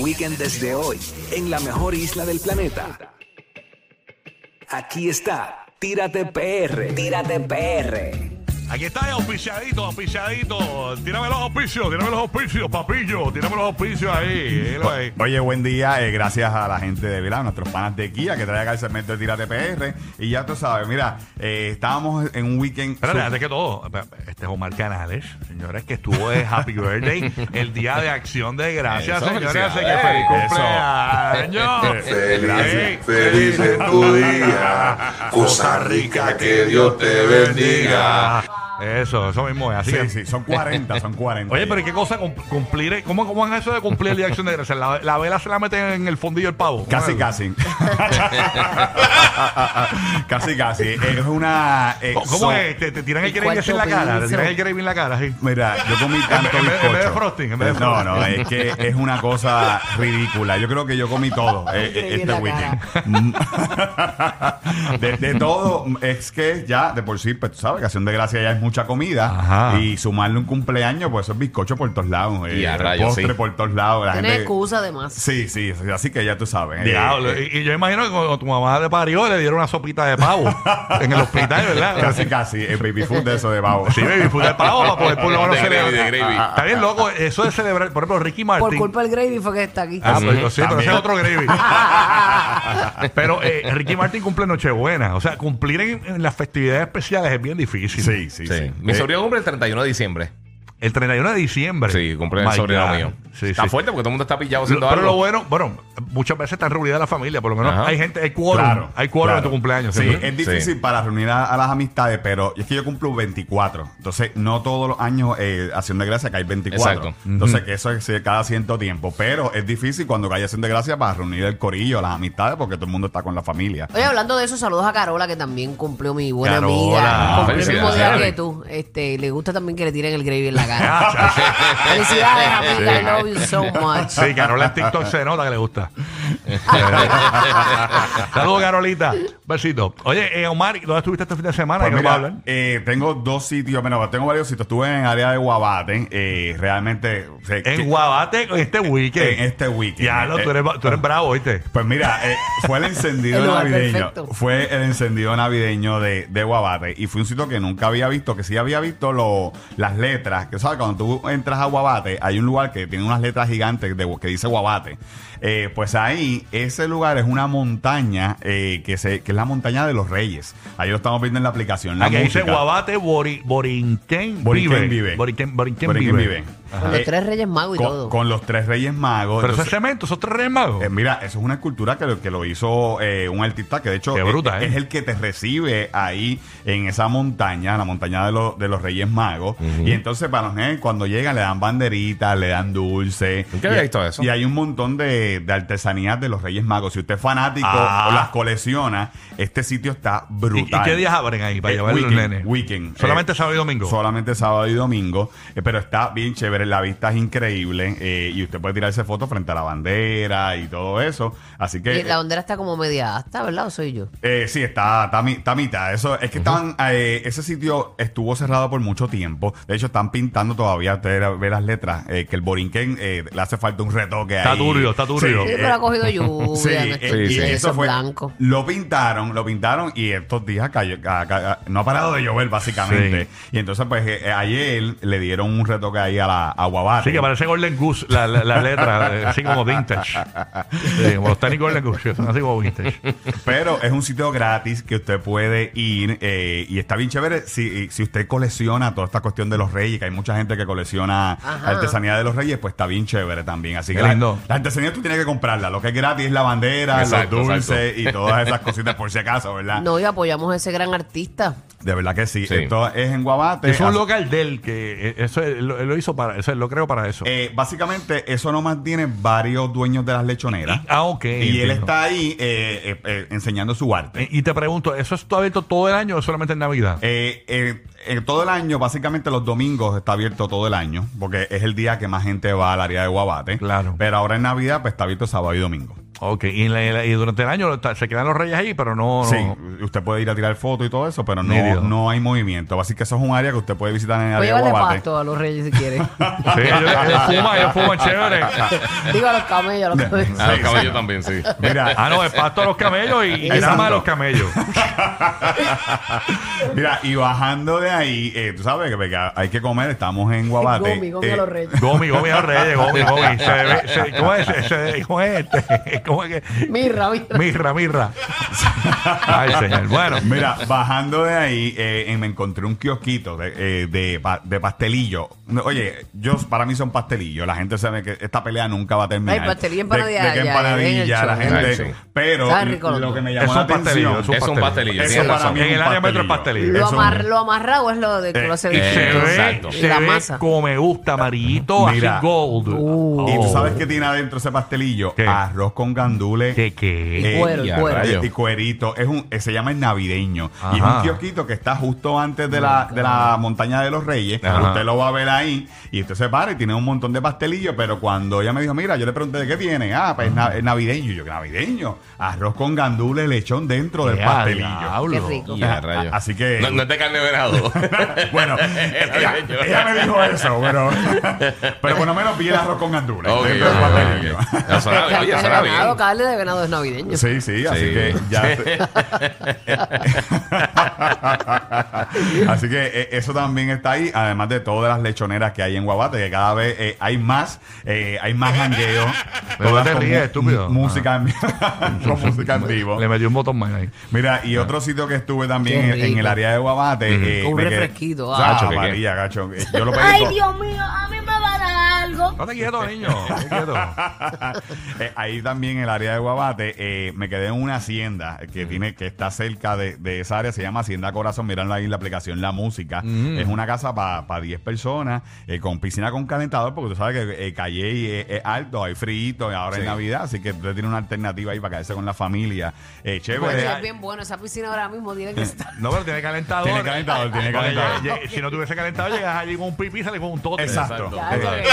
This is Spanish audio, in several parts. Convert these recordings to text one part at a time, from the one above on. weekend desde hoy en la mejor isla del planeta. Aquí está, tírate PR, tírate PR. Aquí está, eh, auspiciadito, auspiciadito. Tírame los auspicios, tírame los auspicios, papillo. Tírame los auspicios ahí. dilo ahí. Oye, buen día, eh, gracias a la gente de Vila, a nuestros panas de Kia que trae acá el segmento de Tírate PR. Y ya tú sabes, mira, eh, estábamos en un weekend. Espérate, antes que todo, este es Omar Canales, señores, que estuvo de Happy Birthday el día de acción de gracias, Eso, señores. Así que feliz felicidades. cumpleaños. Feliz, Ey, feliz en tu día, cosa rica, que Dios te bendiga. Eso, eso mismo es. Así sí, que- sí, son 40, son 40. Oye, pero ¿qué cosa cum- cumplir? eh? ¿Cómo, ¿Cómo es eso de cumplir el día de acción de gracias? ¿La, la vela se la meten en el fondillo del pavo? Casi, Bueno. casi. casi, casi. Es una. eh, ¿Cómo son- es? ¿Te, te tiran el Y gravy así en la cuarto cara? ¿Te piso. tiran el gravy en la cara? sí. Mira, yo comí tanto En vez- en vez de bizcocho. frosting, en vez de no, frosting. no, es que es una cosa ridícula. Yo creo que yo comí todo eh, eh, Increíble este la weekend. de, de todo, es que ya de por sí, pues tú sabes que acción de gracia ya es mucha comida. Ajá. Y sumarle un cumpleaños, pues eso es bizcocho por todos lados. Y a eh, rayos, postre sí. por todos lados. La Tiene gente, excusa además. sí, sí, sí, así que ya tú sabes. eh, Diablo. Y, y yo imagino que cuando tu mamá te parió le dieron una sopita de pavo en el hospital, ¿verdad? Casi, casi, el baby food de eso de babo. Sí, baby, fue de pavo para poder por lo menos De gravy, celebrar. Ah, de gravy. Está bien loco, eso de celebrar, por ejemplo, Ricky Martin. Por culpa del gravy fue que está aquí. Ah, pues. pero, sí, pero También. ese es otro gravy. pero eh, Ricky Martin cumple Nochebuena. O sea, cumplir en, en las festividades especiales es bien difícil. Sí, sí, sí. Sí. Mi Eh, sobrino cumple el 31 de diciembre. El 31 de diciembre. Sí, cumple el My sobrino God. mío. Sí, está sí. fuerte porque todo el mundo está pillado Lo- haciendo pero lo algo. bueno, bueno, muchas veces está reunida la familia, por lo menos Ajá. hay gente, hay quórum, hay quórum en tu cumpleaños. Sí, siempre. es difícil para reunir a, a las amistades, pero es que yo cumplo 24. Entonces, no todos los años eh, Acción de Gracia cae 24. Exacto. Entonces, que eso es eh, cada cierto tiempo. Pero es difícil cuando cae Acción de Gracia para reunir el corillo, las amistades, porque todo el mundo está con la familia. Oye, hablando de eso, saludos a Carola, que también cumplió mi buena Carola, amiga. Cumplió el mismo día felicidades. que tú. Este, le gusta también que le tiren el gravy en la cara. Felicidades, amiga. I love you so much. Sí, Carola en TikTok se nota que le gusta. Este, Saludos, Carolita. Besito. Oye, eh, Omar, ¿dónde estuviste este fin de semana? Pues ¿Qué mira, nos hablan? eh, tengo dos sitios, bueno, tengo varios sitios. Estuve en área de Guabate, eh, realmente. o sea, que- En Guabate este weekend. en este weekend. Ya, lo, tú, eres, tú eres bravo, ¿oíste? Pues mira, eh, fue el encendido El lugar navideño. perfecto. Fue el encendido navideño de, de Guabate. Y fue un sitio que nunca había visto, que sí había visto lo- las letras. Que sabes, cuando tú entras a Guabate, hay un lugar que tiene unas letras gigantes de- que dice Guabate. Eh, pues ahí, ese lugar es una montaña eh, que, se, que es la montaña de los reyes. Ahí lo estamos viendo en la aplicación. La Aquí Ah, dice música. Guabate Bori, Borinquen Borinquen vive. vive. Borinquen, Borinquen Por ahí que vive. viven. Con los Eh, tres reyes magos y con, todo. con los tres reyes magos. Pero eso es Entonces, cemento, eso es tres magos. Eh, mira, eso es una escultura que lo, que lo hizo eh, un artista que de hecho Qué es, bruta, ¿eh? es el que te recibe ahí en esa montaña, la montaña de, los de los Reyes Magos. Y entonces para los nenes cuando llegan le dan banderitas, le dan dulce. ¿En qué Y- había visto eso? Y hay un montón de, de artesanías de los Reyes Magos. Si usted es fanático Ah. o las colecciona, este sitio está ¿Y, brutal. y qué días abren ahí para Eh, llevar weekend, los nenes? weekend. Solamente Eh, sábado y domingo. Solamente sábado y domingo. eh, pero está bien chévere. La vista es increíble. eh, y usted puede tirarse fotos frente a la bandera y todo eso. Así que. Y la bandera está como media asta, ¿verdad? ¿O soy yo? eh, sí, está, está, mi- está a mitad. Eso, es que estaban, eh, ese sitio estuvo cerrado por mucho tiempo. De hecho, están pintando todavía. Usted ve las letras. eh, que el Borinquen eh, le hace falta un retoque Está ahí. turbio, está turbio. Sí, eh, pero ha cogido lluvia. Sí, no eh, está- y sí, eso eso es fue. blanco. Lo pintaron, lo pintaron y estos días cayó- ca- ca- no ha parado de llover, básicamente. Sí. Y entonces, pues eh, ayer le dieron un retoque ahí a la a Guabate. Sí, que parece Golden Goose la, la, la letra, eh, así como vintage. Sí, como los tenis Golden Goose, que son así como vintage. Pero es un sitio gratis que usted puede ir eh, y está bien chévere si, eh, si usted colecciona toda esta cuestión de los reyes, que hay mucha gente que colecciona Ajá. artesanía de los reyes, pues está bien chévere también. Así Qué que la, lindo. la artesanía tú tienes que comprarla. Lo que es gratis es la bandera, Exacto, los dulces y todas esas cositas por si acaso, ¿verdad? No, y apoyamos a ese gran artista. De verdad que sí. Sí. Esto es en Guabate. Es un Así- local del que eh, eso él lo, él lo hizo para eso, él lo creo para eso. Eh, básicamente, eso nomás tiene varios dueños de las lechoneras. ah, ok. y él entiendo. está ahí eh, eh, eh, enseñando su arte. Eh, Y te pregunto, ¿eso está abierto todo el año o solamente en Navidad? Eh, eh, eh, todo el año, básicamente los domingos está abierto todo el año, porque es el día que más gente va al área de Guabate. Claro. Pero ahora en Navidad, pues está abierto sábado y domingo. Ok, y, en la- en la- y durante el año ta- se quedan los reyes ahí, pero no. no- Sí, usted puede ir a tirar fotos y todo eso, pero Nítido. no, no hay movimiento. Así que eso es un área que usted puede visitar en el Voy a área de llevarle Guabate. pasto a los reyes si quieres. Sí, ellos, ellos fuman, ellos fuman chévere. Digo a los camellos, a los camellos. Ah, Sí, los camellos también, sí. Mira, Ah, no, es pasto a los camellos y, y Exacto. grama a los camellos. ah, Mira, y bajando de ahí, eh, tú sabes que porque hay que comer, estamos en Guabate. Gomi, gomi a Eh, los reyes. Gomi, Gomi a los reyes, Gomi, Gomi. Se debe- se- ¿Cómo es? Se- se- ¿Cómo es? este? ¿Cómo es que? Mirra, mirra. Mirra, mirra. Ay, señor. Bueno, Mira, bajando de ahí, eh, eh, me encontré un kiosquito de, eh, de, pa- de pastelillo. No, Oye, yo para mí son pastelillos. La gente sabe que esta pelea nunca va a terminar. Ay, pastelillo y De- De, empanadilla, que ya, empanadilla, en la el show. gente. Ay, sí. Pero Sabe rico lo lo que me es llamó la un pastelillo. atención. Es un pastelillo, Eso tienes para razón. mí es En un el área metro es pastelillo. pastelillo. Lo, eso- amar- lo amarrado es lo de que Eh, lo hace Y de- se ve, Exacto. se La ve masa. como me gusta, amarillito, Mira. así gold. Uh. Y tú Oh. sabes qué tiene adentro ese pastelillo. ¿Qué? Arroz con gandules. ¿Qué qué? Eh, cuero, y a cuero. rayos. Y cuerito, es un, eh, se llama el navideño. Y es Ajá. un kiosquito que está justo antes de la, de la montaña de los reyes. Ajá. Usted lo va a ver ahí. Y usted se para y tiene un montón de pastelillos. Pero cuando ella me dijo, mira, yo le pregunté de qué tiene. Ah, pues na- es navideño. Y yo, navideño. Arroz con gandules, lechón dentro del Ya, pastelillo. Ah, diablo. Qué rico. Y a rayos. Así Eh. que- No, no es de carne de venado. bueno, ella, ella me dijo eso, pero, pero por lo menos pide arroz con gandules. Ok, dentro del ok, ok, pastelillo. ok. No, suena bien, oye, Carne de suena bien. venado, carne de venado es navideño. Sí, sí, así Sí. que ya. así que eh, eso también está ahí, además de todas las lechoneras que hay en Guabate, que cada vez eh, hay más, eh, hay más jangueo. Pero Todas no te con ríes, mu- estúpido. mu- Música en, con música en vivo. Le metí un botón más ahí. Mira, y otro sitio que estuve también Qué en, en rico. el área de Guabate. eh, Un me quedé- refresquito, ah. Ah, Gacho, que qué. María, gacho. eh, Yo lo pedí Ay, con- Dios mío, a mí me va a dar algo. No te quieto, niño. No te quieto. Eh, ahí también en el área de Guabate eh, me quedé en una hacienda que tiene que está cerca de, de esa área se llama Hacienda Corazón miranlo ahí en la aplicación La Música es una casa para 10 personas eh, con piscina con calentador porque tú sabes que eh, Calle es, es alto hay frío y ahora es Navidad así que usted tiene una alternativa ahí para quedarse con la familia eh, Oye, chévere es bien bueno. Esa piscina ahora mismo tiene que estar. No, pero tiene calentador. Tiene calentador, tiene Porque calentador. ya- ya- si no tuviese calentador, llegas allí con un pipí y sales con un tote. exacto, Ya, Eh, porque-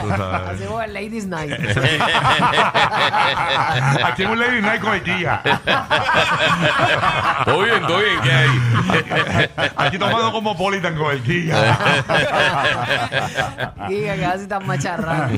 Tú sabes. Hacemos el Ladies Night. Aquí en un Lady Night con el guía. todo bien, todo bien, ¿qué hay? Aquí tomando Cosmopolitan con el guía. Diga que así tan macharrado.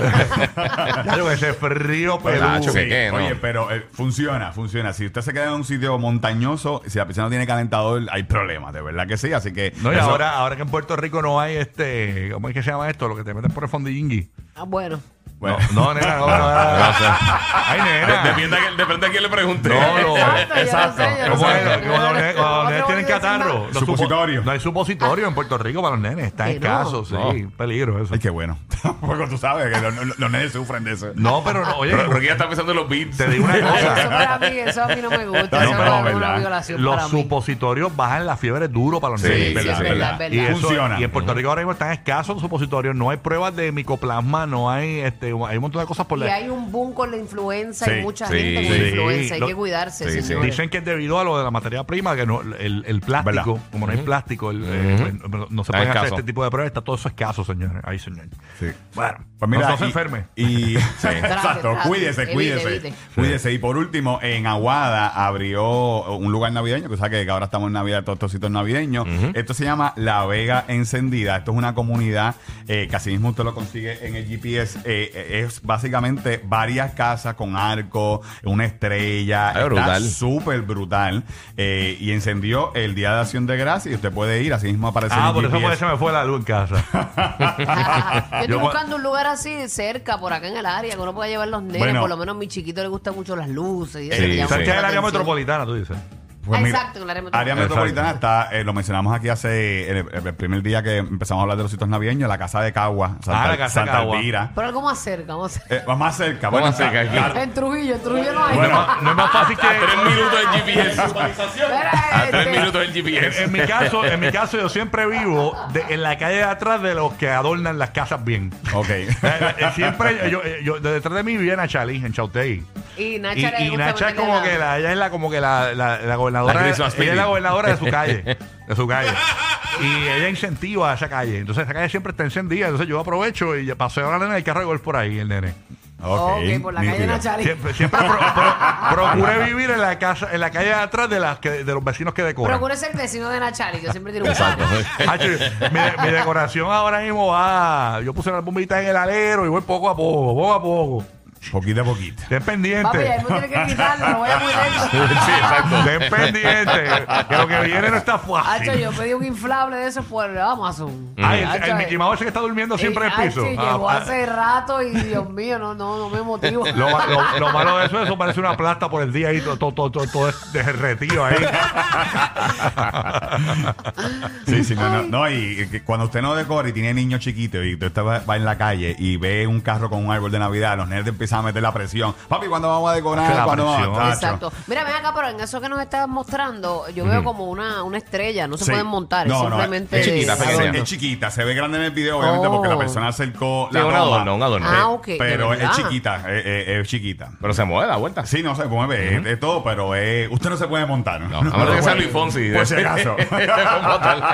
Claro, que ese frío Pero, peludo. Nacho, que sí, qué, ¿no? Oye, pero eh, funciona, funciona. Si usted se queda en un sitio montañoso, si la piscina no tiene calentador, hay problemas, de verdad que sí. Así que. No, y eso- ahora, ahora que en Puerto Rico no hay este, ¿cómo es que se llama esto? Lo que te meten por el fondillingui. Ah, bueno. Bueno. No, no, nena, no, no, no, no. Ay, nena. Depende, a, quién- depende a quién le pregunte. No, no. Exacto, yo exacto. no sé, yo no ¿Cómo sé. es? Cuando los nenes- cuando los No nenes tienen te voy a decir nada. catarro. los supo- Supositorio. No hay supositorio en Puerto Rico para los nenes. Está Que escaso, sí. no. Peligro eso. Ay, qué bueno. Tampoco tú sabes que los, los nenes sufren de eso. No, pero no, oye, Ro- Rocky ya está pensando en los beats. te digo una Ay, Eso cosa. para mí, eso a mí no me gusta. No, Eso pero para mí es verdad. una violación Los para mí. supositorios bajan la fiebre duro para los Sí, nenes. es verdad, es verdad. verdad. Y eso- Funciona. y en Puerto Rico ahora mismo están escasos los supositorios, no hay pruebas de micoplasma, no hay este, hay un montón de cosas por Y la, hay un boom con la influenza Sí, y mucha sí, gente con sí. influenza. Hay Lo- que cuidarse, Sí, sí. señores. Dicen que es debido a lo de la materia prima, que no, el, el plástico, ¿Verdad? como no hay plástico, el, eh, pues, no, no se Está pueden hacer escaso. este tipo de pruebas, está todo eso escaso, señores. Ahí, señor. Sí. Bueno, Pues mira, no, se y- enferme. Y, exacto, Gracias, cuídese, evite, cuídese. evite. Cuídese. Y por último, en Aguada abrió un lugar navideño, que sabe que ahora estamos en Navidad, todos estos sitios navideños. Esto se llama La Vega Encendida. Esto es una comunidad eh, que así mismo usted lo consigue en el GPS. Eh, eh, es básicamente varias casas con arco, una estrella. Ay, brutal. Está súper brutal. Eh, y encendió el Día de Acción de Gracia y usted puede ir, así mismo aparece en Ah, el por eso GPS. fue que se me fue la luz en casa. Yo estoy Yo- buscando un lugar así cerca, por acá en el área, que uno pueda llevar los nenes. Bueno. por lo menos a mi chiquito le gustan mucho las luces. Y eso Sí, le llama ¿Sabes qué mucho es la el área atención. metropolitana, tú dices? Pues mira, Exacto, el área Área metropolitana. metropolitana está, eh, lo mencionamos aquí hace el, el primer día que empezamos a hablar de los sitios navideños, la casa de Cagua, Santa, Ah, la Casa de Santa Cagua. Elvira. Pero algo más cerca, vamos a hacer. Eh, más cerca, Vamos bueno, a hacer está- aquí. En Trujillo, en Trujillo no hay. Bueno, No es más fácil que. Tres minutos del GPS. Espera, A tres este, minutos del En, GPS. en mi caso, en mi caso, yo siempre vivo de- en la calle de atrás de los que adornan las casas bien. Ok. Eh, eh, Siempre, yo, yo- yo- de detrás de mí vivía Nachalí, en Chautey. Y Y, Nacha le y gusta Nacha es meterle como la- que la, ella es la como que la, la, la gobernadora La de- Christmas ella es la Pili. gobernadora de su calle de su calle y ella incentiva a esa calle entonces esa calle siempre está encendida entonces yo aprovecho y paseo a la nena el carro de golf por ahí el nene Ok, por la calle de nítido. Nacharí. Siempre, siempre pro- pro- procure vivir en la casa, en la calle de atrás de las que- de los vecinos que decoran. Procure ser vecino de Nachari. Yo siempre tiro un Exacto. Ah, sí, mi, mi decoración ahora mismo va. Yo puse las bombitas en el alero y voy poco a poco, poco a poco. Poquito a poquito. Estén Papi, ahí pendientes. me tiene que quitarlo. Lo voy a poner. Sí, exacto. Estén pendientes. Que lo que viene no está Hacho, fácil. yo pedí un inflable de esos por Amazon. Mm. Ay, el, Hacho, el Mickey Mouse ese que está durmiendo siempre en el Hacho, piso. y Ah, llegó ah, hace rato y Dios mío, no, no, no me motivo. Lo, ma- lo- lo malo de eso, eso parece una plasta por el día y todo, todo, todo, todo, es derretido ahí. Sí, sí, no, no. No, y, y que cuando usted no decore y tiene niños chiquitos y usted va, va en la calle y ve un carro con un árbol de Navidad, los nerds empiezan a meter la presión. Papi, ¿cuándo Hace vamos a Ah, la decorar? ¿Cuándo vamos a presión. Tacho. Exacto. Mira, ven acá, pero en eso que nos estás mostrando, yo veo como una, una estrella. No se Sí. pueden montar, es No, no, simplemente. es chiquita, pequeña. es- adorno. es chiquita, se ve grande en el video, obviamente, Oh. porque la persona acercó la Sí, un toma. adorno, un adorno. Ah, ok. de Eh, Pero es verdad. chiquita, eh, eh, es, chiquita. Pero se mueve, da vuelta. Sí, no se mueve, es de todo, pero eh, usted no se puede montar. No, a menos que sea Luis Fonsi. Por si acaso. Como tal.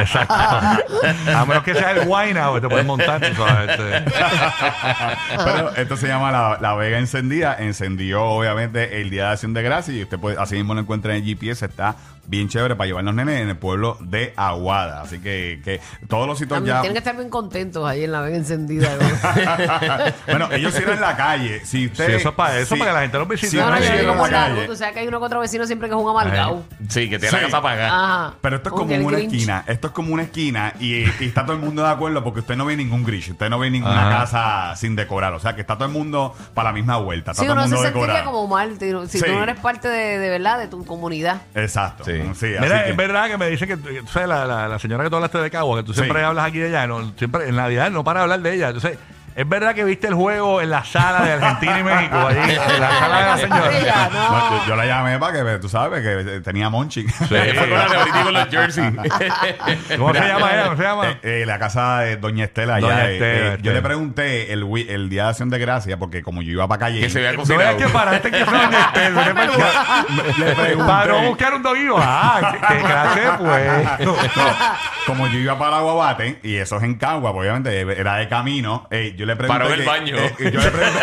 Exacto. A menos que sea el guayna, te puedes montar. tú sabes, este. Pero esto se llama la, la Vega Encendida. Encendió, obviamente, el Día de Acción de Gracias. Y usted puede, así mismo lo encuentra en el GPS. Está bien chévere para llevar los nenes en el pueblo de Aguada. Así que, que todos los sitios También ya. Tienen que estar bien contentos ahí en la vega encendida. ¿no? bueno, ellos cierran la calle. Si usted, Sí, eso es para eso, para que la gente los visite. Si No, no, no, yo cierran digo la por la luz. calle. Tú sabes que hay uno que otro vecino siempre que es un amargado. Sí, que tiene Sí. la casa pagada. Ajá. Pero esto es Un como del una Grinch. esquina. Esto es como una esquina y, y está todo el mundo de acuerdo porque usted no ve ningún gris. Usted no ve ninguna Ajá. casa sin decorar. O sea, que está todo el mundo para la misma vuelta. Está Sí, todo el uno se mundo sentiría decorado. como mal. Si no- si Sí. tú no eres parte de, de verdad de tu comunidad. Exacto. Sí. Sí. así Mira, que- es verdad que me dicen que, que tú sabes, la, la- la señora que tú hablaste de Cagua, que tú siempre Sí. hablas aquí de ella, no, siempre en Navidad no para de hablar de ella. Entonces, es verdad que viste el juego en la sala de Argentina y México, allí, en la sala de la señora. Ella, Ah, no. No, yo, yo la llamé para que tú sabes que eh, tenía Monchi. Fue con la de ahorita con los jerseys. ¿Cómo se llama ella? ¿Cómo se llama? Eh, eh, la casa de Doña Estela. allá, Doña eh, Estela, eh, Yo Estela. le pregunté el, wi- el día de Acción de Gracia porque como yo iba para calle. que se vea No cocinado. es que paraste que fue Doña Estela, ¿qué pasa? le pregunté. Para no buscar un doguillo. Ah, qué qué clase, No, pues. como yo iba para Guabate, y eso es en Cagua, pues, obviamente eh, era de camino, eh, yo le pregunté. Paró en el que- baño. eh, yo le pregunté.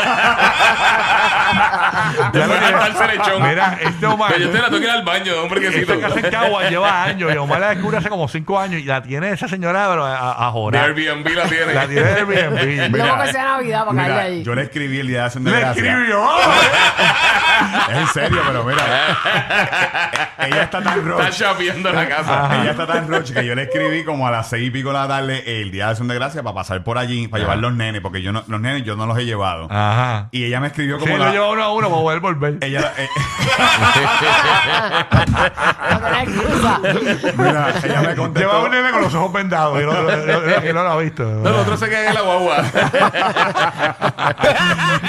Ya lo Fue a que- llevarse lechón. Mira, este Omar. Pero yo te la tengo que ir al baño, hombre, que sí. Esta casa en De Cagua lleva años y Omar la descubre hace como cinco años y la tiene esa señora pero a, a- a jorar. Airbnb la La tiene. tiene de Airbnb. Luego que sea Navidad para caerle eh, Mira, ahí. yo le escribí el día de Acción de Le Gracia. escribió. Es en serio, pero mira. ella está tan Está roja. chapeando la casa. Ella está tan roche que yo le escribí como a las seis y pico de la tarde el día de acción de gracia para pasar por allí, para llevar los nenes, porque yo no, los nenes yo no los he llevado. Ajá. Y ella me escribió Sí, como lo la- llevo uno a uno para poder volver. ella, eh, No tenés excusa. mira, ella me Lleva contestó. un nene con los ojos vendados y no, no- no- que no lo ha visto. No, el otro se queda en la guagua.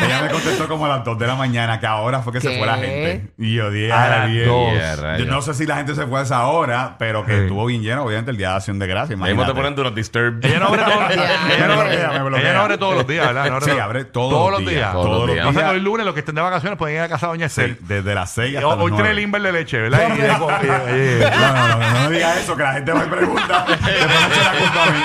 ella me contestó como a las 2 de la mañana, que ahora fue que se ¿Qué? fue la gente. Y yo dije, A a las la dos. Yo no sé si la gente se fue a esa hora, pero que Sí. pues estuvo bien lleno, obviamente, el día de acción de gracia. Ahí mismo Imagínate. te ponen Do Not Disturb. Ella no abre todos, Ya. ella no abre- Me bloquea, me bloquea. ella no abre todos los días, ¿verdad? No abre Sí, todos- abre todos, los días. Todos, los días. O sea, que hoy lunes los que estén de vacaciones pueden ir a casa de Doña Sí, Estel. desde las 6 hasta las Hoy tiene el nueve. Inver de leche, ¿verdad? Y de co- y- y- No, no, no, no, no me digas eso, que la gente me pregunta. Después me echa la culpa a mí.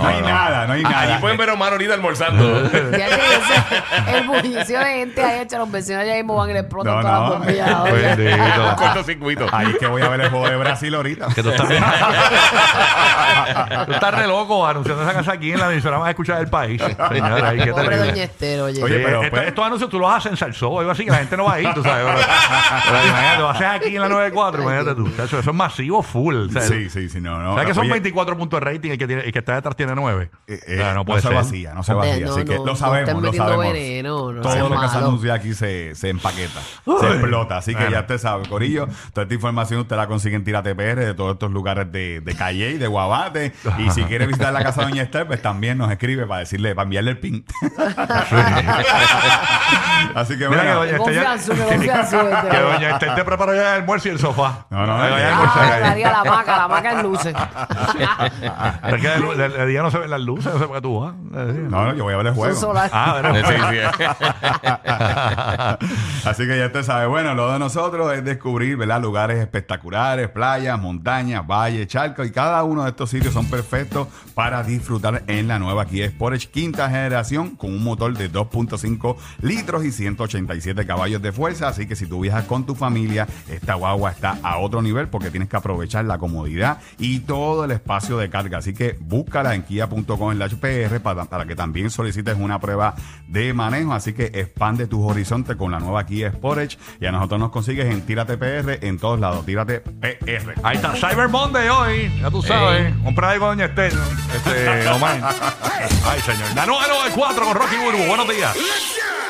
No, hay nada, no hay nada. Allí pueden ver a Omar ahorita almorzando. Ya que ese- el bullicio de gente ahí hecho los vecinos allá mismo van y le explotan No, todas las no. bombillas. Pues, ahora. Un Bendito. cortocircuito. Ahí es que voy a ver el juego de Brasil ahorita. Que tú estás, tú estás re loco anunciando esa casa aquí en la emisora más escuchada del país. Señora, ay, qué Pobre terrible. doña Esther, oye. Oye, Sí, pero, esto- pues- estos anuncios tú los haces en Salsó o algo así que la gente no va a ir, tú sabes. Pero, pero imagínate, lo haces aquí en la 94, imagínate tú. chacho, eso es masivo full. ¿sabes? Sí, sí, sí, no, no. ¿Sabes que son Oye, 24 puntos de rating el que, tiene, el que está detrás tiene 9? eh, eh, no, se vacía, no se Hombre, vacía. no, así que no, lo no sabemos, estén lo metiendo sabemos. veneno, no Todo seas lo que se malo. anuncia aquí se, se empaqueta, se Uy. explota. Así que Bueno. ya te sabe, Corillo. Toda esta información usted la consigue en Tira TPR de todos estos lugares de, de Calle y de Guabate. Y si quiere visitar la casa de Doña Esther, pues también nos escribe para decirle, para enviarle el pin. Así que Mira que bueno. doña Esther este ya- Confianza, confianza, que doña Esther te preparó ya el almuerzo y el sofá. No, no, eh, Ay, no. vaya a almorzar Ah, ahí. daría la maca, la maca en luces. Pero es que de, lu- de- de día no se ven las luces, no sé por qué tú vas. No, no, yo voy a ver el Son juego. solar. Ah, Sí, bueno. sí. Así que ya te sabes. Bueno, lo de nosotros es descubrir, ¿verdad? Lugares espectaculares, playas, montañas, valles, charcos. Y cada uno de estos sitios son perfectos para disfrutar en la nueva Kia Sportage 15. quinta generación con un motor de 2.5 litros y 187 caballos de fuerza. Así que si tú viajas con tu familia, esta guagua está a otro nivel porque tienes que aprovechar la comodidad y todo el espacio de carga. Así que búscala en kia.com en la HPR para, para que también solicites una prueba de manejo. Así que expande tus horizontes con la nueva Kia Sportage y a nosotros nos consigues en Tírate PR en todos lados. Tírate PR. Ahí está, Cyber Monday hoy, ya tú sabes. Compra algo, doña Esther. Este, Omar. Ay, señor. La 994 con Rocky Burbu. Buenos días.